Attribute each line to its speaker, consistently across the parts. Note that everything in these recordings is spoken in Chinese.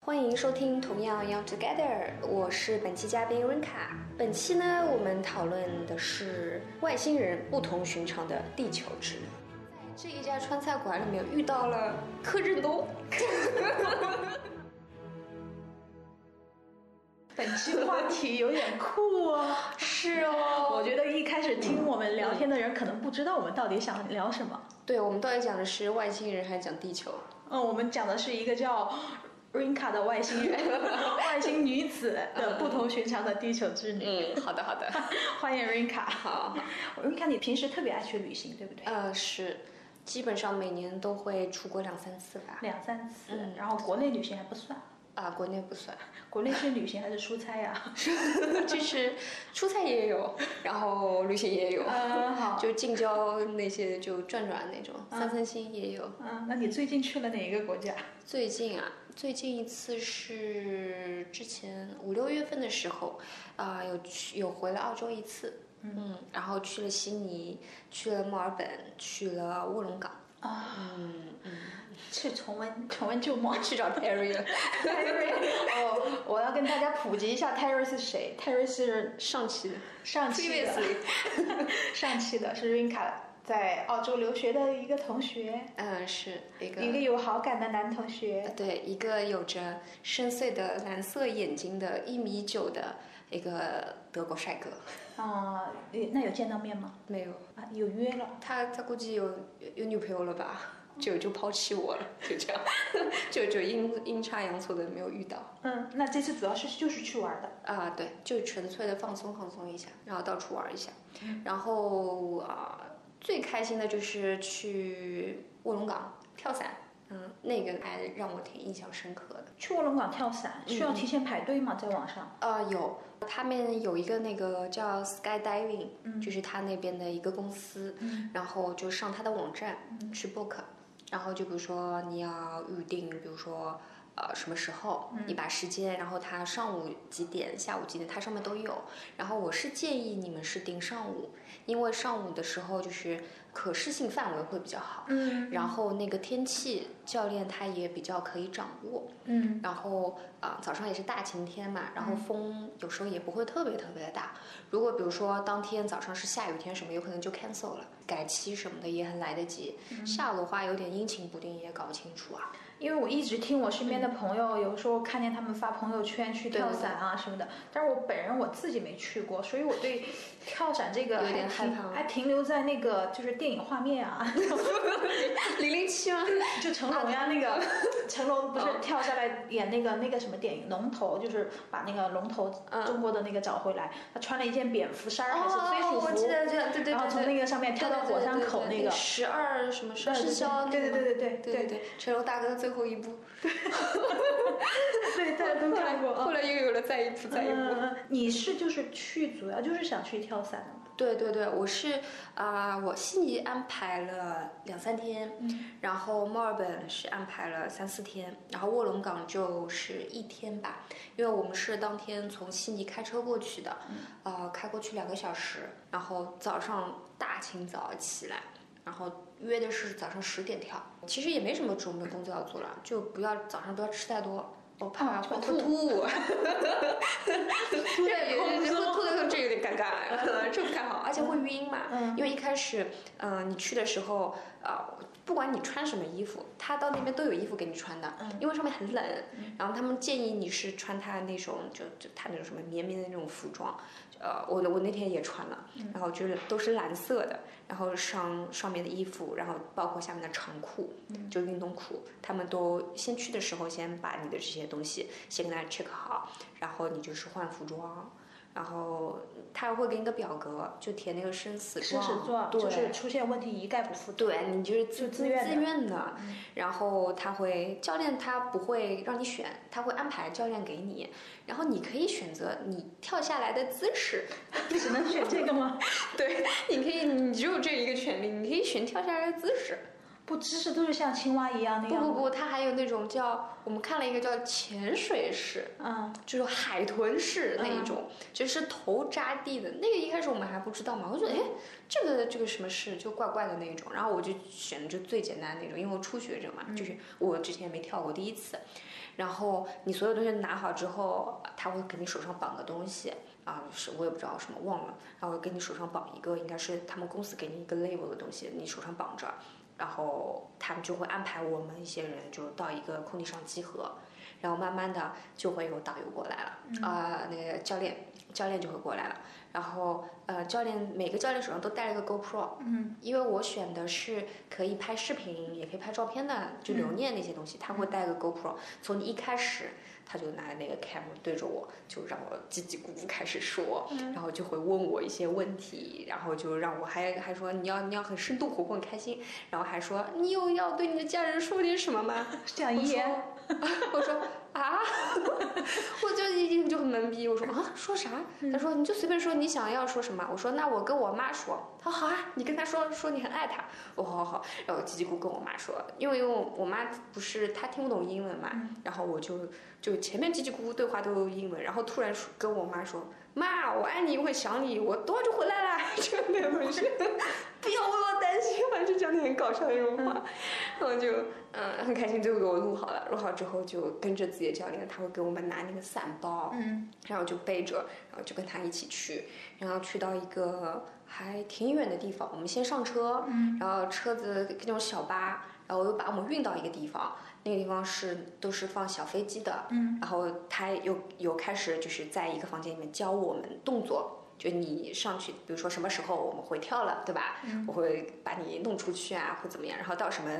Speaker 1: 欢迎收听《同样 Young Together》，我是本期嘉宾 Rinka。本期呢，我们讨论的是外星人不同寻常的地球之旅。在这一家川菜馆里面遇到了哦柯震东。
Speaker 2: 本期话题有点酷 啊！
Speaker 1: 是哦，
Speaker 2: 我觉得一开始听我们聊天的人可能不知道我们到底想聊什么。
Speaker 1: 对我们到底讲的是外星人还是讲地球？
Speaker 2: 嗯，我们讲的是一个叫 Rinka 的外星人、 外星女子的不同寻常的地球之旅。
Speaker 1: 嗯，好的好的，
Speaker 2: 欢迎 Rinka。
Speaker 1: 好，
Speaker 2: ，Rinka，你平时特别爱去旅行，对不对？
Speaker 1: 呃，是，基本上每年都会出国两三次吧。
Speaker 2: 两三次，
Speaker 1: 嗯
Speaker 2: 然后国内旅行还不算，
Speaker 1: 啊，国内不 算，
Speaker 2: 国内是旅行还是出差呀、
Speaker 1: 就是出差也有，然后旅行也有。
Speaker 2: 嗯，好。
Speaker 1: 就近郊那些就转转那种，散散心也有。
Speaker 2: 嗯，那你最近去了哪一个国家？
Speaker 1: 最近啊，最近一次是之前五六月份的时候，啊、有去有回了澳洲一次，嗯，然后去了悉尼，去了墨尔本，去了卧龙岗，
Speaker 2: 啊，
Speaker 1: 嗯，
Speaker 2: 去重温重温旧梦。
Speaker 1: 去找 Terry 了。
Speaker 2: Terry，哦，我要跟大家普及一下 Terry 是谁。Terry 是
Speaker 1: 上期
Speaker 2: 上期的
Speaker 1: Previously
Speaker 2: 上期的是 Rinka 在澳洲留学的一个同学，
Speaker 1: 嗯，是一个
Speaker 2: 一个有好感的男同学。
Speaker 1: 对一个有着深邃的蓝色眼睛的一米九的一个德国帅哥，
Speaker 2: 啊、你那有见到面吗？
Speaker 1: 没有。
Speaker 2: 啊，有约了。
Speaker 1: 他他估计有有有女朋友了吧，就就抛弃我了， 就这样，就就阴阴差阳错的没有遇到
Speaker 2: 嗯，那这次主要是就是去玩的。
Speaker 1: 啊，对，就纯粹的放松放松一下，然后到处玩一下，然后啊、最开心的就是去卧龙岗跳伞，嗯，那个还让我挺印象深刻的。
Speaker 2: 去卧龙岗跳伞需要提前排队吗？在网上？
Speaker 1: 呃，有，他们有一个那个叫 Skydiving，、就是
Speaker 2: 嗯
Speaker 1: 他那边的一个公司，然后就上他的网站、去 book，然后就比如说你要预定，比如说呃什么时候，你把时间，然后他上午几点、下午几点，它上面都有。然后我是建议你们是定上午，因为上午的时候就是可视性范围会比较好，
Speaker 2: 嗯
Speaker 1: 然后那个天气教练他也比较可以掌握，
Speaker 2: 嗯
Speaker 1: 然后啊、呃早上也是大晴天嘛，然后风有时候也不会特别特别的大。如果比如说当天早上是下雨天什么，有可能就 cancel 了，改期什么的也很来得及。下午的话有点阴晴不定，也搞不清楚啊。
Speaker 2: 因为我一直听我身边的朋友，有时候看见他们发朋友圈去跳伞啊什么的，但是我本人我自己没去过，所以我对跳伞这个
Speaker 1: 有
Speaker 2: 还
Speaker 1: 点害
Speaker 2: 停
Speaker 1: 怕
Speaker 2: 还停留在那个就是电影画面啊，
Speaker 1: 零零七吗？
Speaker 2: 就成龙呀那个成龙不是跳下来演那个那个什么电影《龙头》，就是把那个龙头
Speaker 1: 嗯
Speaker 2: 中国的那个找回来，他穿了一件蝙蝠衫儿还是飞鼠服，
Speaker 1: 我记得这对对对，
Speaker 2: 然后从那个上面跳到火山口那个。
Speaker 1: 十二什么十二生肖，
Speaker 2: 对对对对对
Speaker 1: 对对对，成龙大哥的最后一部，
Speaker 2: 对，大家都看过。
Speaker 1: 后
Speaker 2: 嗯
Speaker 1: 来又有了再一部再一部。
Speaker 2: 嗯，嗯你是就是去主要就是想去跳伞的吗？
Speaker 1: 对对对，我是啊、我悉尼安排了两三天，然后墨尔本是安排了三四天，然后卧龙岗就是一天吧，因为我们是当天从悉尼开车过去的，呃，开过去两个小时，然后早上大清早起来。然后约的是早上十点跳，其实也没什么准备工作要做了，就不要早上不要吃太多，我怕
Speaker 2: 哦
Speaker 1: 会
Speaker 2: 会
Speaker 1: 会吐。这
Speaker 2: 在空
Speaker 1: 这
Speaker 2: 中
Speaker 1: 吐的这有点尴 尬，这不太好，而且会晕嘛。
Speaker 2: 嗯
Speaker 1: 因为一开始，呃，你去的时候，啊、不管你穿什么衣服，他到那边都有衣服给你穿的，
Speaker 2: 嗯
Speaker 1: 因为上面很冷。然后他们建议你是穿他那种就就他那种什么绵绵的那种服装，呃，我我那天也穿了，
Speaker 2: 嗯
Speaker 1: 然后就是都是蓝色的，然后上上面的衣服，然后包括下面的长裤，
Speaker 2: 嗯
Speaker 1: 就运动裤，他们都先去的时候先把你的这些东西先给他 check 好，然后你就是换服装。然后他会给你个表格，就填那个生死
Speaker 2: 狮
Speaker 1: 状，
Speaker 2: 子座
Speaker 1: 对，
Speaker 2: 就是出现问题一概不负责。
Speaker 1: 对你就是自
Speaker 2: 就自愿的嗯
Speaker 1: 自愿的，然后他会教练他不会让你选，他会安排教练给你，然后你可以选择你跳下来的姿势，
Speaker 2: 只能选这个吗？
Speaker 1: 对，你可以你只有这一个权利，你可以选跳下来的姿势。
Speaker 2: 不，知识都是像青蛙一样那
Speaker 1: 不
Speaker 2: 样。
Speaker 1: 不不，它还有那种叫我们看了一个叫潜水式，
Speaker 2: 嗯，
Speaker 1: 就是海豚式那一种，就是头扎地的那个。一开始我们还不知道嘛，我就觉得哎，这个这个什么事就怪怪的那一种。然后我就选的就最简单的那种，因为我初学者嘛，就是我之前也没跳过第一次。然后你所有东西拿好之后，他会给你手上绑个东西啊，是我也不知道什么忘了，然后给你手上绑一个，应该是他们公司给你一个 label 的东西，你手上绑着，然后他们就会安排我们一些人就到一个空地上集合，然后慢慢的就会有导游过来了，啊、那个教练教练就会过来了，然后呃教练每个教练手上都带了一个 GoPro，嗯，因为我选的是可以拍视频也可以拍照片的，就留念那些东西，他会带个 GoPro，从一开始他就拿那个 camera 对着我，就让我叽叽咕咕开始说，然后就会问我一些问题，然后就让我还还说你要你要很生动活泼很开心，然后还说你有要对你的家人说点什么吗？
Speaker 2: 是这样一言。
Speaker 1: 我说 啊， 我就一听就很懵逼。我说啊，说啥？他说你就随便说你想要说什么。我说那我跟我妈说。他说好啊，你跟她说说你很爱她。我好好好，然后我叽叽咕咕跟我妈说，因为因为我我妈不是她听不懂英文嘛，
Speaker 2: 嗯
Speaker 1: 然后我就就前面叽叽咕咕对话都用英文，然后突然说跟我妈说妈，我爱你，我很想你，我多久回来啦？就那种东西， 不要为我担心，反正就讲的很搞笑的那种话，然后就。嗯，很开心，就给我录好了。录好之后就跟着自己的教练，他会给我们拿那个伞包，
Speaker 2: 嗯
Speaker 1: 然后就背着，然后就跟他一起去，然后去到一个还挺远的地方。我们先上车，
Speaker 2: 嗯
Speaker 1: 然后车子那种小巴，然后又把我们运到一个地方，那个地方是都是放小飞机的，
Speaker 2: 嗯
Speaker 1: 然后他又有开始就是在一个房间里面教我们动作，就你上去，比如说什么时候我们会跳了，对吧？
Speaker 2: 嗯
Speaker 1: 我会把你弄出去啊，或怎么样，然后到什么。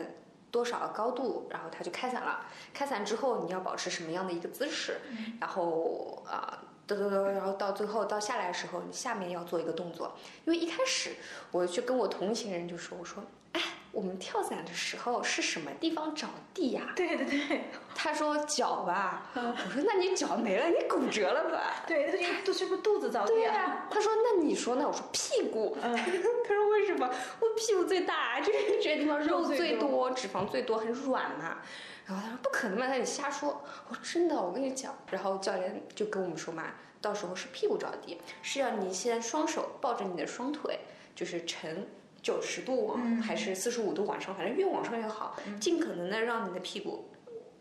Speaker 1: 多少高度，然后他就开伞了。开伞之后，你要保持什么样的一个姿势？然后啊，嘚嘚嘚，然后到最后到下来的时候，你下面要做一个动作。因为一开始我就跟我同行人就说：“我说，哎，我们跳伞的时候是什么地方着地呀、
Speaker 2: 对对对
Speaker 1: 他说脚吧，我说那你脚没了，你骨折了吧？
Speaker 2: 对，他就都是不是肚子着
Speaker 1: 对
Speaker 2: 地
Speaker 1: 呀、
Speaker 2: 啊？
Speaker 1: 他说那你说呢？我说屁股。
Speaker 2: 嗯
Speaker 1: 他说为什么？我屁股最大， 就是这地方肉
Speaker 2: 肉最
Speaker 1: 最
Speaker 2: 多
Speaker 1: 多，脂肪最多，很软嘛。然后他说不可能嘛，那你瞎说。我说真的，我跟你讲。然后教练就跟我们说嘛，到时候是屁股着地，是要你先双手抱着你的双腿，就是呈九十度往、
Speaker 2: 嗯
Speaker 1: 还是四十五度往上，反正越往上越好，尽可能的让你的屁股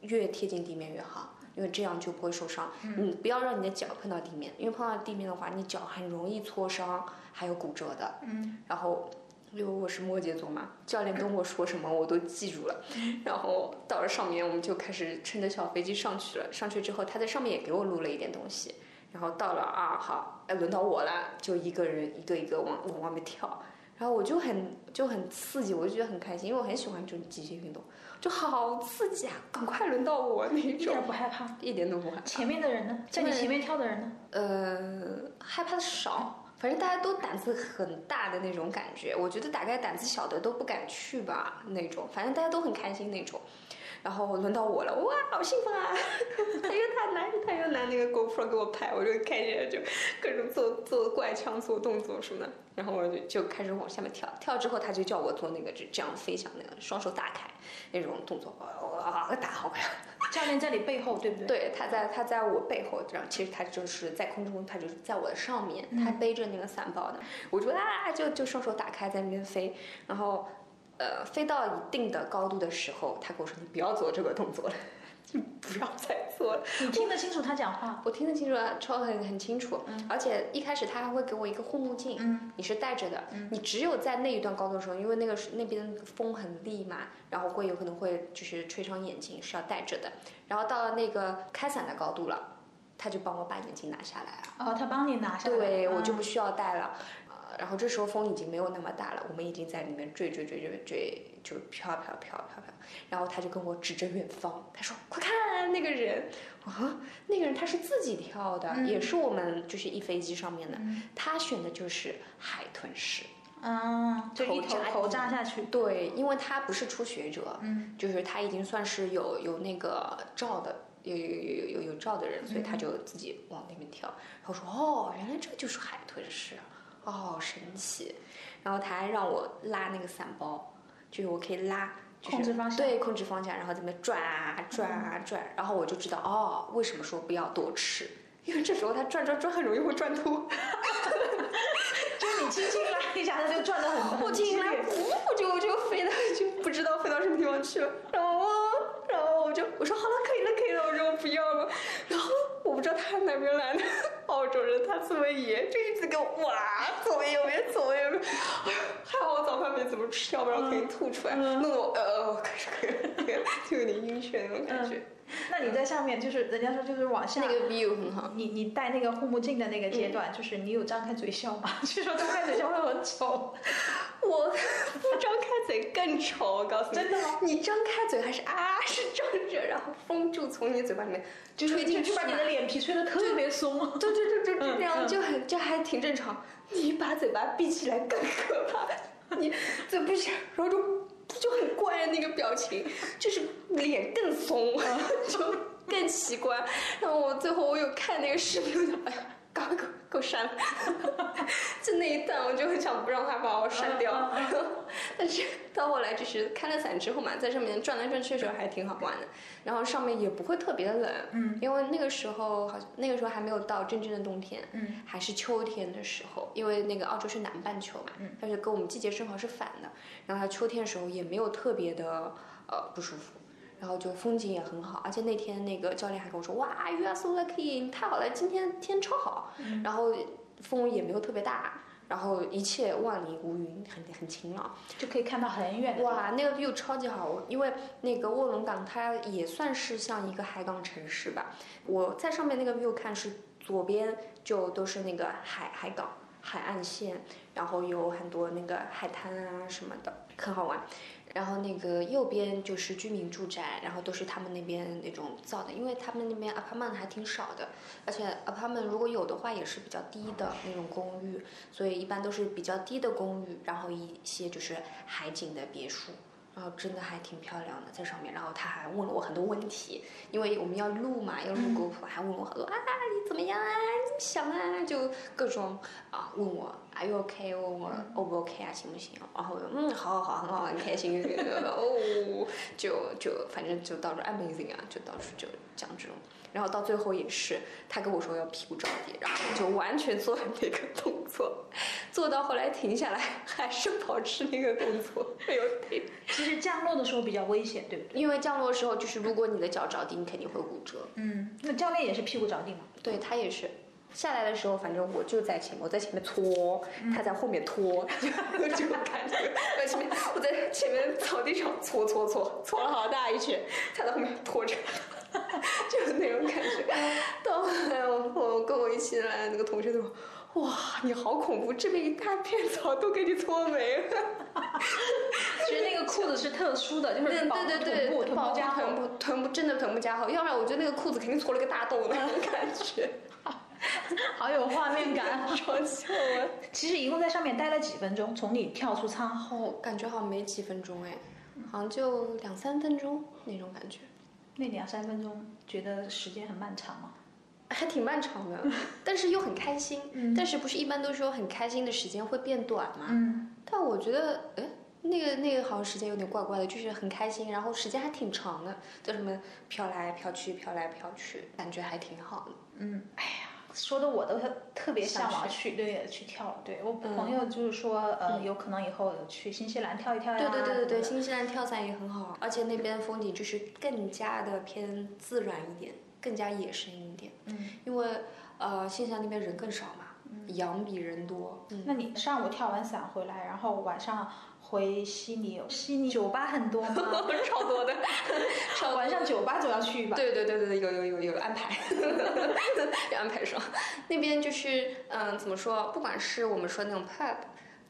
Speaker 1: 越贴近地面越好。因为这样就不会受伤，嗯，不要让你的脚碰到地面，因为碰到地面的话，你脚很容易挫伤，还有骨折的。
Speaker 2: 嗯
Speaker 1: 然后因为我是摩羯座嘛，教练跟我说什么我都记住了。然后到了上面，我们就开始乘着小飞机上去了。上去之后，他在上面也给我录了一点东西。然后到了啊，好，哎，轮到我了，就一个人一个一个往往外面跳。然后我就很就很刺激，我就觉得很开心，因为我很喜欢这种极限运动，就好刺激啊！赶快轮到我那
Speaker 2: 一
Speaker 1: 种，
Speaker 2: 点不害怕。
Speaker 1: 一点都不害怕。
Speaker 2: 前面的人呢？在你前面跳的人呢？
Speaker 1: 呃，害怕的少，反正大家都胆子很大的那种感觉。我觉得大概胆子小的都不敢去吧，那种，反正大家都很开心那种。然后轮到我了，哇，好兴奋啊！ 他又他拿他又拿那个 GoPro 给我拍，我就开始就各种做做怪腔做动作什么的，然后我就就开始往下面跳，跳之后他就叫我做那个这这样飞翔那个双手打开那种动作，哇哇打好快，
Speaker 2: 教练在你背后，对不对？
Speaker 1: 对，他在他在我背后，然后其实他就是在空中，他就是在我的上面，他
Speaker 2: 嗯
Speaker 1: 背着那个伞包的，我就啊就就双手打开在那边飞，然后呃飞到一定的高度的时候，他跟我说你不要做这个动作了， 你不要再做了。
Speaker 2: 你听得清楚他讲话。
Speaker 1: 我听得清楚啊，超很很清楚，而且一开始他还会给我一个护目镜，
Speaker 2: 嗯
Speaker 1: 你是戴着的，你只有在那一段高度的时候，因为那个是那边风很厉嘛，然后会有可能会就是吹伤眼睛，是要戴着的。然后到了那个开伞的高度了，他就帮我把眼镜拿下来了，
Speaker 2: 哦，他帮你拿下来。
Speaker 1: 对
Speaker 2: 嗯
Speaker 1: 我就不需要戴了。呃然后这时候风已经没有那么大了，我们已经在里面追追追追追，就飘啊飘飘飘飘。然后他就跟我指着远方，他说：“快看那个人！”我说啊，那个人他是自己跳的，
Speaker 2: 嗯
Speaker 1: 也是我们就是一飞机上面的，
Speaker 2: 嗯
Speaker 1: 他选的就是海豚式。
Speaker 2: 嗯，就一
Speaker 1: 头
Speaker 2: 头
Speaker 1: 扎
Speaker 2: 头
Speaker 1: 地
Speaker 2: 扎下去。
Speaker 1: 对，因为他不是初学者，
Speaker 2: 嗯
Speaker 1: 就是他已经算是有有那个照的，有有有有有照的人，所以
Speaker 2: 嗯
Speaker 1: 他就自己往那边跳。然后说哦，原来这就是海豚式啊，哦，好神奇。然后他还让我拉那个伞包，就是我可以拉，就是
Speaker 2: 控制方向。嗯
Speaker 1: 对，控制方向，然后在那边转啊转啊转，然后我就知道哦，为什么说不要多吃，因为这时候它转转转很容易会转吐。
Speaker 2: 就是你轻轻拉一下，它就转得很
Speaker 1: 我听哦来，呜，就就飞到就不知道飞到什么地方去了，然后然后我就我说好了，可以了，可以了，我说我不要了，然后我不知道他哪边来的澳洲人，他作为爷就一直给我哇左右边左右边，哎呦还好我早饭没怎么吃，要不然可以吐出来，弄得我呃呃，可是可是可是就有点晕眩那种感觉。
Speaker 2: 那你在上面就是人家说就是往下
Speaker 1: 嗯那个嗯 view 很好，
Speaker 2: 你你戴那个护目镜的那个阶段，就是你有张开嘴笑吗？ 据说张开嘴笑会很丑，
Speaker 1: 我不张开嘴更丑，我告诉你，
Speaker 2: 真的吗？
Speaker 1: 你张开嘴还是啊是张着，然后风就从你嘴巴里面
Speaker 2: 就是
Speaker 1: 吹进
Speaker 2: 就
Speaker 1: 去
Speaker 2: 就把你的
Speaker 1: 嘛
Speaker 2: 脸皮吹得特别松。
Speaker 1: 对对对对，就
Speaker 2: 嗯
Speaker 1: 这样
Speaker 2: 嗯
Speaker 1: 就很就还挺正常。你把嘴巴闭起来更可怕， 你嘴闭起来，然后就就很怪啊那个表情，就是脸更松，
Speaker 2: 嗯
Speaker 1: 就更奇怪。然后我最后我有看那个视频，我就哎呀，赶快给我给我删了。 就那一段，我就很想不让他把我删掉。
Speaker 2: 嗯
Speaker 1: 然后 但是到后来就是开了伞之后嘛，在上面转来转去的时候还挺好玩的，然后上面也不会特别冷。
Speaker 2: 嗯
Speaker 1: 因为那个时候好像那个时候还没有到真正的冬天，
Speaker 2: 嗯
Speaker 1: 还是秋天的时候，因为那个澳洲是南半球嘛，
Speaker 2: 嗯
Speaker 1: 但是跟我们季节正好是反的，然后它秋天的时候也没有特别的呃不舒服。然后就风景也很好，而且那天那个教练还跟我说：“哇，you are so lucky，你太好了，今天天超好。
Speaker 2: 嗯
Speaker 1: 然后风也没有特别大，然后一切万里无云，很很晴朗。
Speaker 2: 就可以看到很远的地方。
Speaker 1: 哇，那个 view 超级好，因为那个卧龙岗它也算是像一个海港城市吧。我在上面那个 view 看是左边就都是那个海海港、海岸线，然后有很多那个海滩啊什么的，很好玩。然后那个右边就是居民住宅，然后都是他们那边那种造的，因为他们那边 apartment 还挺少的，而且 apartment 如果有的话也是比较低的那种公寓，所以一般都是比较低的公寓，然后一些就是海景的别墅，然后真的还挺漂亮的在上面。然后他还问了我很多问题，因为我们要录嘛，要录
Speaker 2: 嗯
Speaker 1: GoPro，、还问我很多啊你怎么样啊，你怎么想啊，就各种啊问我 Are you OK？问我 O 不 OK 啊，行不行？然后我就嗯，好好好，很好，很开心，哦，就就反正就到处 amazing 啊，就到处就讲这种。然后到最后也是，他跟我说要屁股着地，然后我就完全做了那个动作，做到后来停下来，还是保持那个动作没有停。
Speaker 2: 其实降落的时候比较危险，对不对？
Speaker 1: 因为降落的时候，就是如果你的脚着地，你肯定会骨折。
Speaker 2: 嗯，那教练也是屁股着 地嘛。
Speaker 1: 对他也是。下来的时候，反正我就在前面，我在前面搓，他在后面拖， 就就这种感觉。我在前面，我在前面草地上搓搓搓，搓了好大一圈，他在后面拖着， 就是那种感觉。 到后来，我我跟我一起来的那个同学都说：“哇，你好恐怖，这边一大片草都给你搓没了。”
Speaker 2: 其实那个裤子是特殊的，就是保护
Speaker 1: 对对
Speaker 2: 臀部、
Speaker 1: 对，
Speaker 2: 臀部加厚
Speaker 1: 臀部臀部真的臀部加厚，要不然我觉得那个裤子肯定搓了个大洞的 感觉，
Speaker 2: 好有画面感。
Speaker 1: 超笑 啊！
Speaker 2: 其实一共在上面待了几分钟，从你跳出舱后，
Speaker 1: 哦感觉好像没几分钟哎，好像就两三分钟那种感觉，
Speaker 2: 那两三分钟，觉得时间很漫长吗？
Speaker 1: 还挺漫长 的，但是又很开心。
Speaker 2: 嗯
Speaker 1: 但是不是一般都说很开心的时间会变短吗？
Speaker 2: 嗯，
Speaker 1: 但我觉得，哎，那个那个好像时间有点怪怪的，就是很开心，然后时间还挺长的，就什么飘来飘去，飘来飘去，感觉还挺好的。
Speaker 2: 说的我都特别向往
Speaker 1: 想
Speaker 2: 去，对，去跳了。对我
Speaker 1: 嗯
Speaker 2: 朋友就是说，呃，有可能以后去新西兰跳一跳呀。
Speaker 1: 对对对对对，
Speaker 2: 什么
Speaker 1: 新
Speaker 2: 的
Speaker 1: 西兰跳伞也很好，而且那边风景就是更加的偏自然一点，更加野生一点。
Speaker 2: 嗯，
Speaker 1: 因为呃，新西兰那边人更少嘛，羊比人多。嗯，
Speaker 2: 那你上午跳完伞回来，然后晚上回悉尼，悉尼酒吧很 多吗？
Speaker 1: 超多的，超
Speaker 2: 晚上酒吧总要去吧？
Speaker 1: 对对对对，有有有有安排， 有安排上。那边就是嗯、怎么说？不管是我们说那种 pub、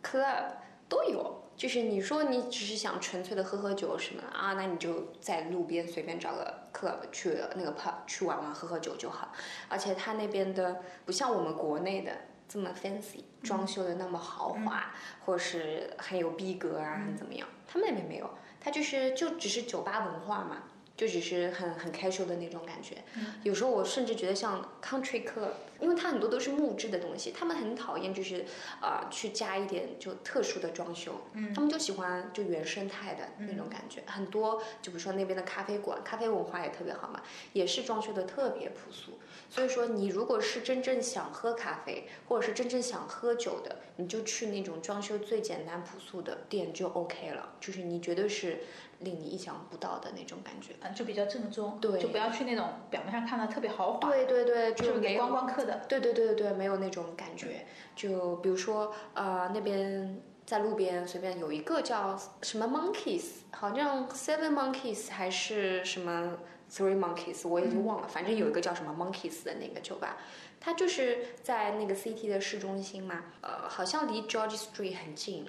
Speaker 1: club 都有。就是你说你只是想纯粹的喝喝酒什么的啊，那你就在路边随便找个 club 去呃那个 pub 去玩玩喝喝酒就好。而且他那边的不像我们国内的这么 fancy，装修的那么豪华，
Speaker 2: 嗯
Speaker 1: 或是很有逼格啊，很怎么样？他们那边没有，他就是就只是酒吧文化嘛。就只是很很 casual 的那种感觉。
Speaker 2: 嗯
Speaker 1: 有时候我甚至觉得像 country club，因为它很多都是木质的东西，他们很讨厌就是啊、去加一点就特殊的装修，
Speaker 2: 嗯
Speaker 1: 他们就喜欢就原生态的那种感觉。很多就比如说那边的咖啡馆，咖啡文化也特别好嘛，也是装修的特别朴素。所以说，你如果是真正想喝咖啡，或者是真正想喝酒的，你就去那种装修最简单朴素的店就 OK 了，就是你绝对是令你意想不到的那种感觉。
Speaker 2: 嗯，就比较正宗，
Speaker 1: 对
Speaker 2: 就不要去那种表面上看的特别豪华，
Speaker 1: 对对对，就
Speaker 2: 就是
Speaker 1: 没
Speaker 2: 给
Speaker 1: 有
Speaker 2: 观光客的。
Speaker 1: 对对对对对，没有那种感觉。就比如说，呃，那边在路边随便有一个叫什么 Monkeys，好像 Seven Monkeys 还是什么 Three Monkeys，我已
Speaker 2: 嗯
Speaker 1: 经忘了，反正有一个叫什么 Monkeys 的那个酒吧，它就是在那个 CT 的市中心嘛，呃，好像离 George Street 很近，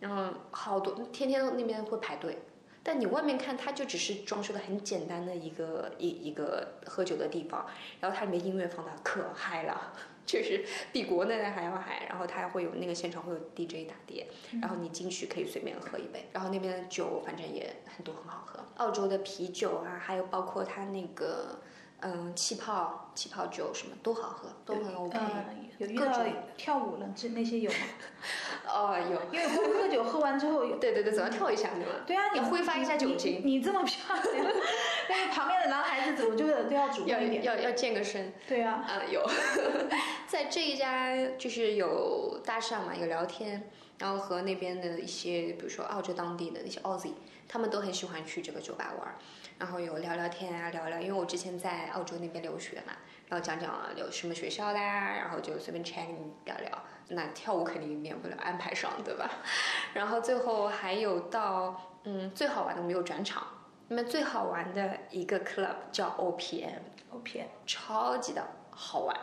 Speaker 1: 然后好多天天那边会排队。但你外面看，它就只是装修的很简单的一个一一个喝酒的地方，然后它里面音乐放的可嗨了， 就是比国内的还要嗨。然后它还会有那个现场会有 DJ 打碟，
Speaker 2: 嗯
Speaker 1: 然后你进去可以随便喝一杯。然后那边的酒反正也很多，很好喝。澳洲的啤酒啊，还有包括它那个嗯气泡气泡酒什么都好喝，都很 OK。
Speaker 2: 嗯，有遇
Speaker 1: 各
Speaker 2: 到
Speaker 1: 种
Speaker 2: 跳舞了这 那些有吗？
Speaker 1: 哦，有
Speaker 2: 因为光喝酒喝完之后有。
Speaker 1: 对对对，总要跳一下对吧？
Speaker 2: 对啊，你
Speaker 1: 要挥发一下酒精
Speaker 2: 你你你这么漂亮， 但是旁边的男孩子，我就得都要主
Speaker 1: 要
Speaker 2: 动一点。
Speaker 1: 要要健个身。
Speaker 2: 对啊，
Speaker 1: 啊，有，在这一家就是有搭讪嘛，有聊天，然后和那边的一些，比如说澳洲当地的那些 Aussie，他们都很喜欢去这个酒吧玩儿，然后有聊聊天啊，聊聊，因为我之前在澳洲那边留学嘛，然后讲讲啊有什么学校啦，然后就随便 check 你聊聊。那跳舞肯定免不了安排上，对吧？然后最后还有到，嗯，最好玩的我们有转场。那么最好玩的一个 club 叫 OPM，
Speaker 2: O P，
Speaker 1: 超级的好玩。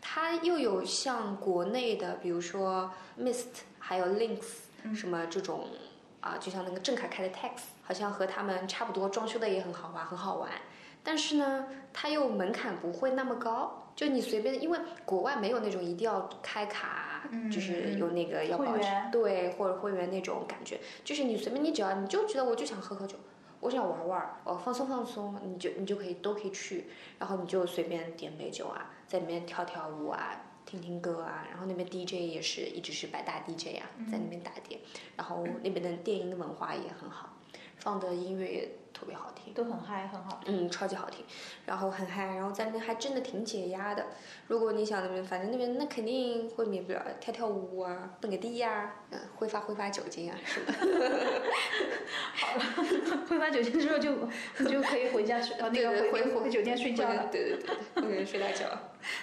Speaker 1: 它又有像国内的，比如说 Mist，还有 Links，、
Speaker 2: 嗯
Speaker 1: 什么这种啊、就像那个郑恺开的 Tax，好像和他们差不多，装修的也很好玩，很好玩。但是呢，它又门槛不会那么高，就你随便，因为国外没有那种一定要开卡，
Speaker 2: 嗯
Speaker 1: 就是有那个要
Speaker 2: 会
Speaker 1: 保持
Speaker 2: 员
Speaker 1: 对或者会员那种感觉，就是你随便，你只要你就觉得我就想喝喝酒，我想玩玩儿，哦放松放松，你就你就可以都可以去，然后你就随便点杯酒啊，在里面跳跳舞啊，听听歌啊，然后那边 DJ 也是一直是百大 DJ 啊，在那边打碟，然后那边的电音的文化也很好，放的音乐也特别好听。
Speaker 2: 都很嗨，很好。
Speaker 1: 嗯，超级好听，然后很嗨，然后在那边还真的挺解压的。如果你想那边，反正那边那肯定会免不了跳跳舞啊，蹦个迪呀、嗯，挥发挥发酒精啊什么的。
Speaker 2: 挥发酒精之后就你就可以回家 睡，呃，那
Speaker 1: 对对
Speaker 2: 个回
Speaker 1: 回
Speaker 2: 回酒店睡觉了。
Speaker 1: 对对对对，对睡大觉。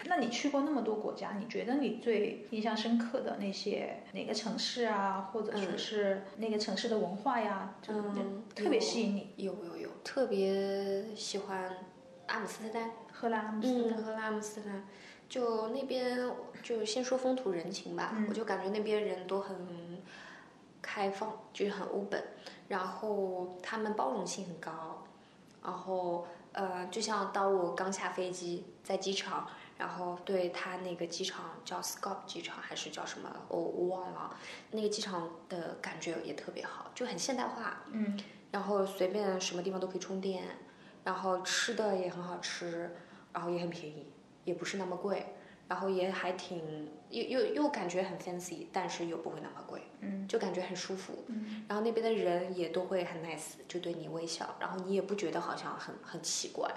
Speaker 2: 那你去过那么多国家，你觉得你最印象深刻的那些哪个城市啊，或者说是那个城市的文化呀， 就是
Speaker 1: 嗯，
Speaker 2: 特别吸引你？
Speaker 1: 有有有，特别喜欢阿姆斯特丹。
Speaker 2: 荷兰、阿姆斯特丹
Speaker 1: 嗯，荷兰阿姆斯特丹，就那边就先说风土人情吧，
Speaker 2: 嗯
Speaker 1: 我就感觉那边人都很开放，就是很 open，然后他们包容性很高，然后呃，就像当我刚下飞机在机场，然后对他那个机场叫 Scop 机场还是叫什么，我、我忘了，那个机场的感觉也特别好，就很现代化，
Speaker 2: 嗯，
Speaker 1: 然后随便什么地方都可以充电，然后吃的也很好吃，然后也很便宜，也不是那么贵，然后也还挺又又又感觉很 fancy，但是又不会那么贵，
Speaker 2: 嗯，
Speaker 1: 就感觉很舒服。
Speaker 2: 嗯，
Speaker 1: 然后那边的人也都会很 nice，就对你微笑，然后你也不觉得好像很很奇怪。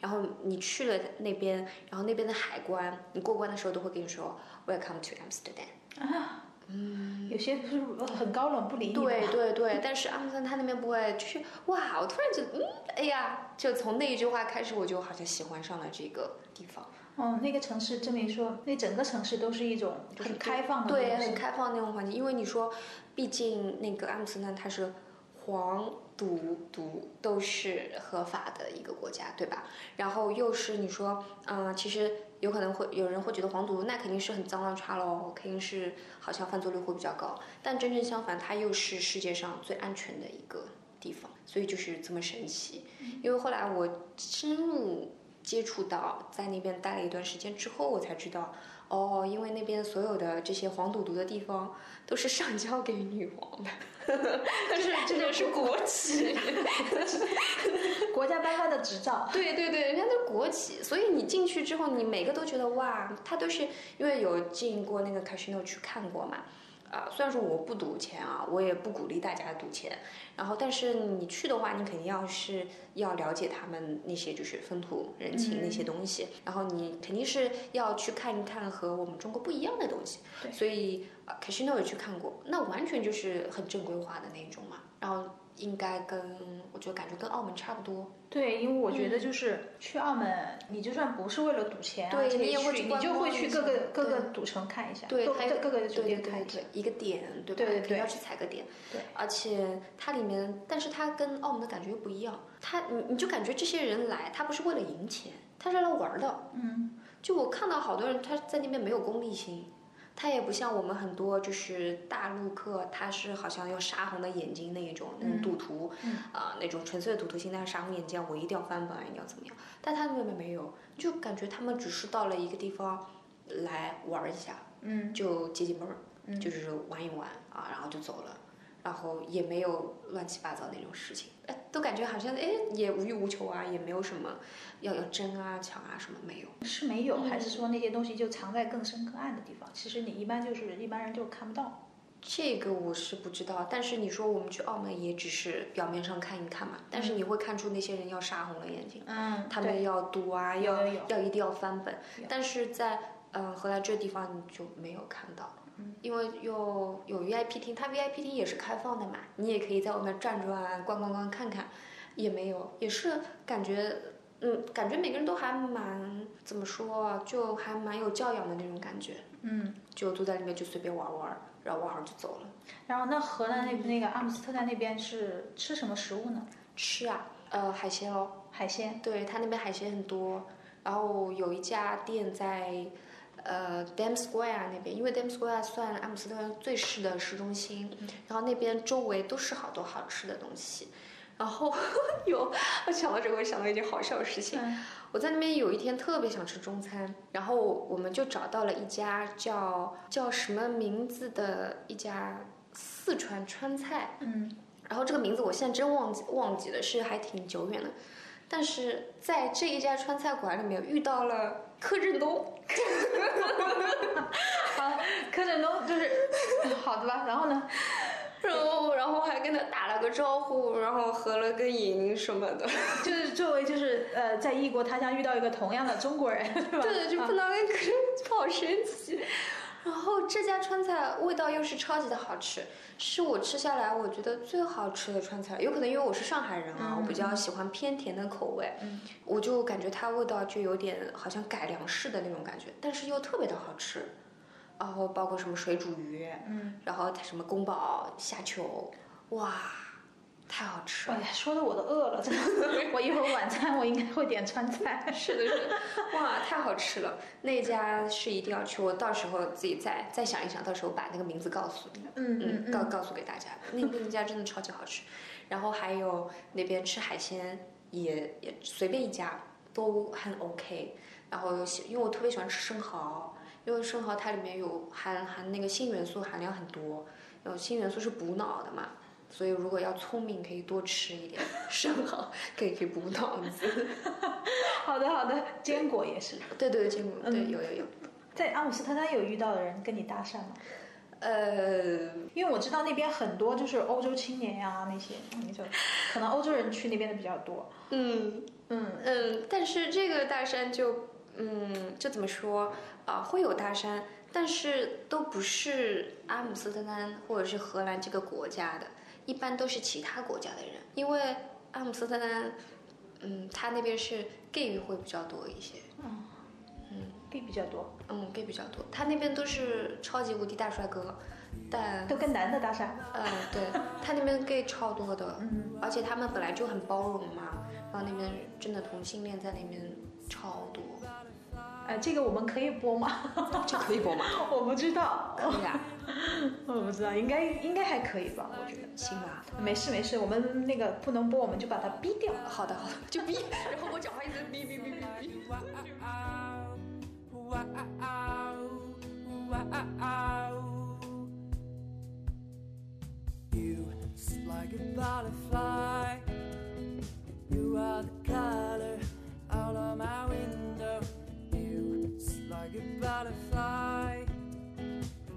Speaker 1: 然后你去了那边，然后那边的海关，你过关的时候都会跟你说 Welcome to Amsterdam。
Speaker 2: 有些不是呃很高冷不理你的，
Speaker 1: 对对对，但是阿姆斯特丹他那边不会，就是哇，我突然觉得，嗯，哎呀，就从那一句话开始，我就好像喜欢上了这个地方，
Speaker 2: 哦，那个城市证明说，那整个城市都是一种就是
Speaker 1: 很
Speaker 2: 开放的那
Speaker 1: 对，
Speaker 2: 种
Speaker 1: 很开放那种环境。因为你说，毕竟那个阿姆斯特丹它是黄赌毒都是合法的一个国家，对吧？然后又是你说，嗯、其实有可能会有人会觉得黄赌那肯定是很脏乱差喽，肯定是好像犯罪率会比较高。但真正相反，它又是世界上最安全的
Speaker 2: 嗯
Speaker 1: 一个地方，所以就是这么神奇。因为后来我深入接触到，在那边待了一段时间之后，我才知道，哦，因为那边所有的这些黄赌毒的地方都是上交给女王的，
Speaker 2: 就是
Speaker 1: 这
Speaker 2: 这
Speaker 1: 就
Speaker 2: 就是是
Speaker 1: 国企。
Speaker 2: 国家颁发的执照，
Speaker 1: 对对对，人家都是国企，所以你进去之后，你每个都觉得哇，他都是因为有进过那个 casino 去看过嘛。啊，虽然说我不赌钱啊，我也不鼓励大家赌钱，然后但是你去的话，你肯定要是要了解他们那些就是风土人情
Speaker 2: 嗯
Speaker 1: 那些东西，然后你肯定是要去看一看和我们中国不一样的东西。
Speaker 2: 对
Speaker 1: 所以啊，casino 也去看过，那完全就是很正规化的那种嘛，然后应该跟我觉得感觉跟澳门差不多。
Speaker 2: 对，因为我
Speaker 1: 嗯
Speaker 2: 觉得就是去澳门，你就算不是为了赌钱啊，
Speaker 1: 对
Speaker 2: 这
Speaker 1: 你
Speaker 2: 里
Speaker 1: 也会去
Speaker 2: 去，你
Speaker 1: 观
Speaker 2: 就
Speaker 1: 光
Speaker 2: 会
Speaker 1: 一
Speaker 2: 去
Speaker 1: 下
Speaker 2: 各个各个
Speaker 1: 对
Speaker 2: 赌城看一下，
Speaker 1: 对
Speaker 2: 各
Speaker 1: 还有
Speaker 2: 各个酒
Speaker 1: 对
Speaker 2: 店
Speaker 1: 对
Speaker 2: 看
Speaker 1: 对
Speaker 2: 一下。
Speaker 1: 对，一个点，对吧？
Speaker 2: 对对
Speaker 1: 肯定
Speaker 2: 对
Speaker 1: 要去踩个点。
Speaker 2: 对，
Speaker 1: 而且它里面，但是它跟澳门的感觉又不一样。它，你你就感觉这些人来，他不是为了赢钱，他是来玩儿的。
Speaker 2: 嗯，
Speaker 1: 就我看到好多人，他在那边没有功利心。他也不像我们很多就是大陆客，他是好像要杀红了眼睛那一种，那种
Speaker 2: 嗯
Speaker 1: 赌徒，啊、
Speaker 2: 嗯
Speaker 1: 那种纯粹的赌徒心态，杀红眼睛，我一定要翻本，一定要怎么样？但他们那边没有，就感觉他们只是到了一个地方来玩儿一下，
Speaker 2: 嗯
Speaker 1: 就解解闷儿，
Speaker 2: 嗯
Speaker 1: 就是玩一玩啊，然后就走了，然后也没有乱七八糟那种事情，哎，都感觉好像哎也无欲无求啊，也没有什么要要争啊抢啊什么没有。
Speaker 2: 是没有，还是
Speaker 1: 嗯
Speaker 2: 说那些东西就藏在更深更暗的地方？其实你一般就是一般人就看不到。
Speaker 1: 这个我是不知道，但是你说我们去澳门也只是表面上看一看嘛，但是你会看出那些人要杀红了眼睛，
Speaker 2: 嗯
Speaker 1: 他们要赌啊，
Speaker 2: 有
Speaker 1: 要
Speaker 2: 有有
Speaker 1: 要一定要翻本
Speaker 2: 有，
Speaker 1: 但是在呃荷兰这地方你就没有看到，因为有有 VIP 厅，它 VIP 厅也是开放的嘛，你也可以在外面转转、逛逛逛、看看，也没有，也是感觉。嗯，感觉每个人都还蛮怎么说啊，就还蛮有教养的那种感觉，
Speaker 2: 嗯，
Speaker 1: 就坐在里面就随便玩玩，然后玩会儿就走了。
Speaker 2: 然后那荷兰那那个阿姆斯特丹那边是吃什么食物呢？
Speaker 1: 吃啊，呃，海鲜哦，
Speaker 2: 海鲜。
Speaker 1: 对他那边海鲜很多。然后有一家店在呃 Dam Square 那边，因为 Dam Square 算阿姆斯特丹最市的市中心，然后那边周围都是好多好吃的东西。然后 有，我想到这个，我想到一件好笑的事情。
Speaker 2: 嗯
Speaker 1: 我在那边有一天特别想吃中餐，然后我们就找到了一家叫叫什么名字的一家四川川菜，
Speaker 2: 嗯
Speaker 1: 然后这个名字我现在真忘记忘记了，是还挺久远的。但是在这一家川菜馆里面遇到了柯震东，
Speaker 2: 好， 柯震东嗯就是嗯好的吧？然后呢？
Speaker 1: 然后然后还跟他打了个招呼，然后合了个影什么的。
Speaker 2: 就是作为就是呃，在异国他乡遇到一个同样的中国人，是吧？
Speaker 1: 对，就
Speaker 2: 啊
Speaker 1: 碰到跟柯 震东，好神奇。然后这家川菜味道又是超级的好吃，是我吃下来我觉得最好吃的川菜。有可能因为我是上海人啊，
Speaker 2: 嗯
Speaker 1: 我比较喜欢偏甜的口味，
Speaker 2: 嗯
Speaker 1: 我就感觉它味道就有点好像改良式的那种感觉，但是又特别的好吃。然后包括什么水煮鱼，
Speaker 2: 嗯，
Speaker 1: 然后它什么宫保虾球，哇，太好吃了
Speaker 2: 哎！呀，说的我都饿了，真的。我一会儿晚餐我应该会点川菜。
Speaker 1: 是的，是的， 哇，太好吃了！那家是一定要去，我到时候自己再再想一想，到时候把那个名字告诉你，
Speaker 2: 嗯嗯
Speaker 1: 告
Speaker 2: 嗯，
Speaker 1: 告诉给大家。那那家真的超级好吃，然后还有那边吃海鲜也也随便一家都很 OK。然后喜因为我特别喜欢吃生蚝，因为生蚝它里面有含含那个锌元素含量很多，然后锌元素是补脑的嘛。所以，如果要聪明，可以多吃一点 生蚝，可以可以补脑 子。
Speaker 2: 好的好的，坚果也是。
Speaker 1: 对对，坚果，对
Speaker 2: 嗯
Speaker 1: 有有有。
Speaker 2: 在阿姆斯特丹有遇到的人跟你搭讪吗？
Speaker 1: 呃，
Speaker 2: 因为我知道那边很多就是欧洲青年呀、那些，嗯，就可能欧洲人去那边的比较多。
Speaker 1: 嗯
Speaker 2: 嗯，
Speaker 1: 嗯，但是这个大山就，嗯，就怎么说啊、会有大山，但是都不是阿姆斯特丹或者是荷兰这个国家的，一般都是其他国家的人，因为阿姆斯特丹，嗯，他那边是 gay 会比较多一些，
Speaker 2: gay 比较多，
Speaker 1: 嗯，gay 比较多，他那边都是超级无敌大帅哥，但，
Speaker 2: 都跟男的搭讪。
Speaker 1: 嗯、对他那边 gay 超多的，
Speaker 2: 嗯，
Speaker 1: 而且他们本来就很包容嘛，然后那边真的同性恋在那边超多，
Speaker 2: 哎，这个我们可以播吗？
Speaker 1: 这可以播吗？
Speaker 2: 我不知道，
Speaker 1: 可以啊，
Speaker 2: 我不知道，应该应该还可以吧？我觉得
Speaker 1: 行吧。
Speaker 2: 没事没事，我们那个不能播，我们就把它逼掉。
Speaker 1: 好的好的，就逼，然后我讲话一直逼逼逼逼逼。
Speaker 3: You just like a butterfly. You are the color out of my window. You just like a butterfly.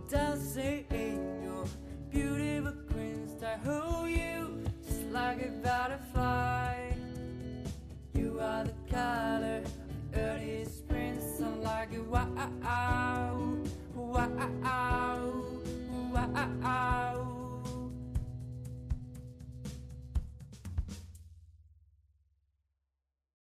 Speaker 3: Dancing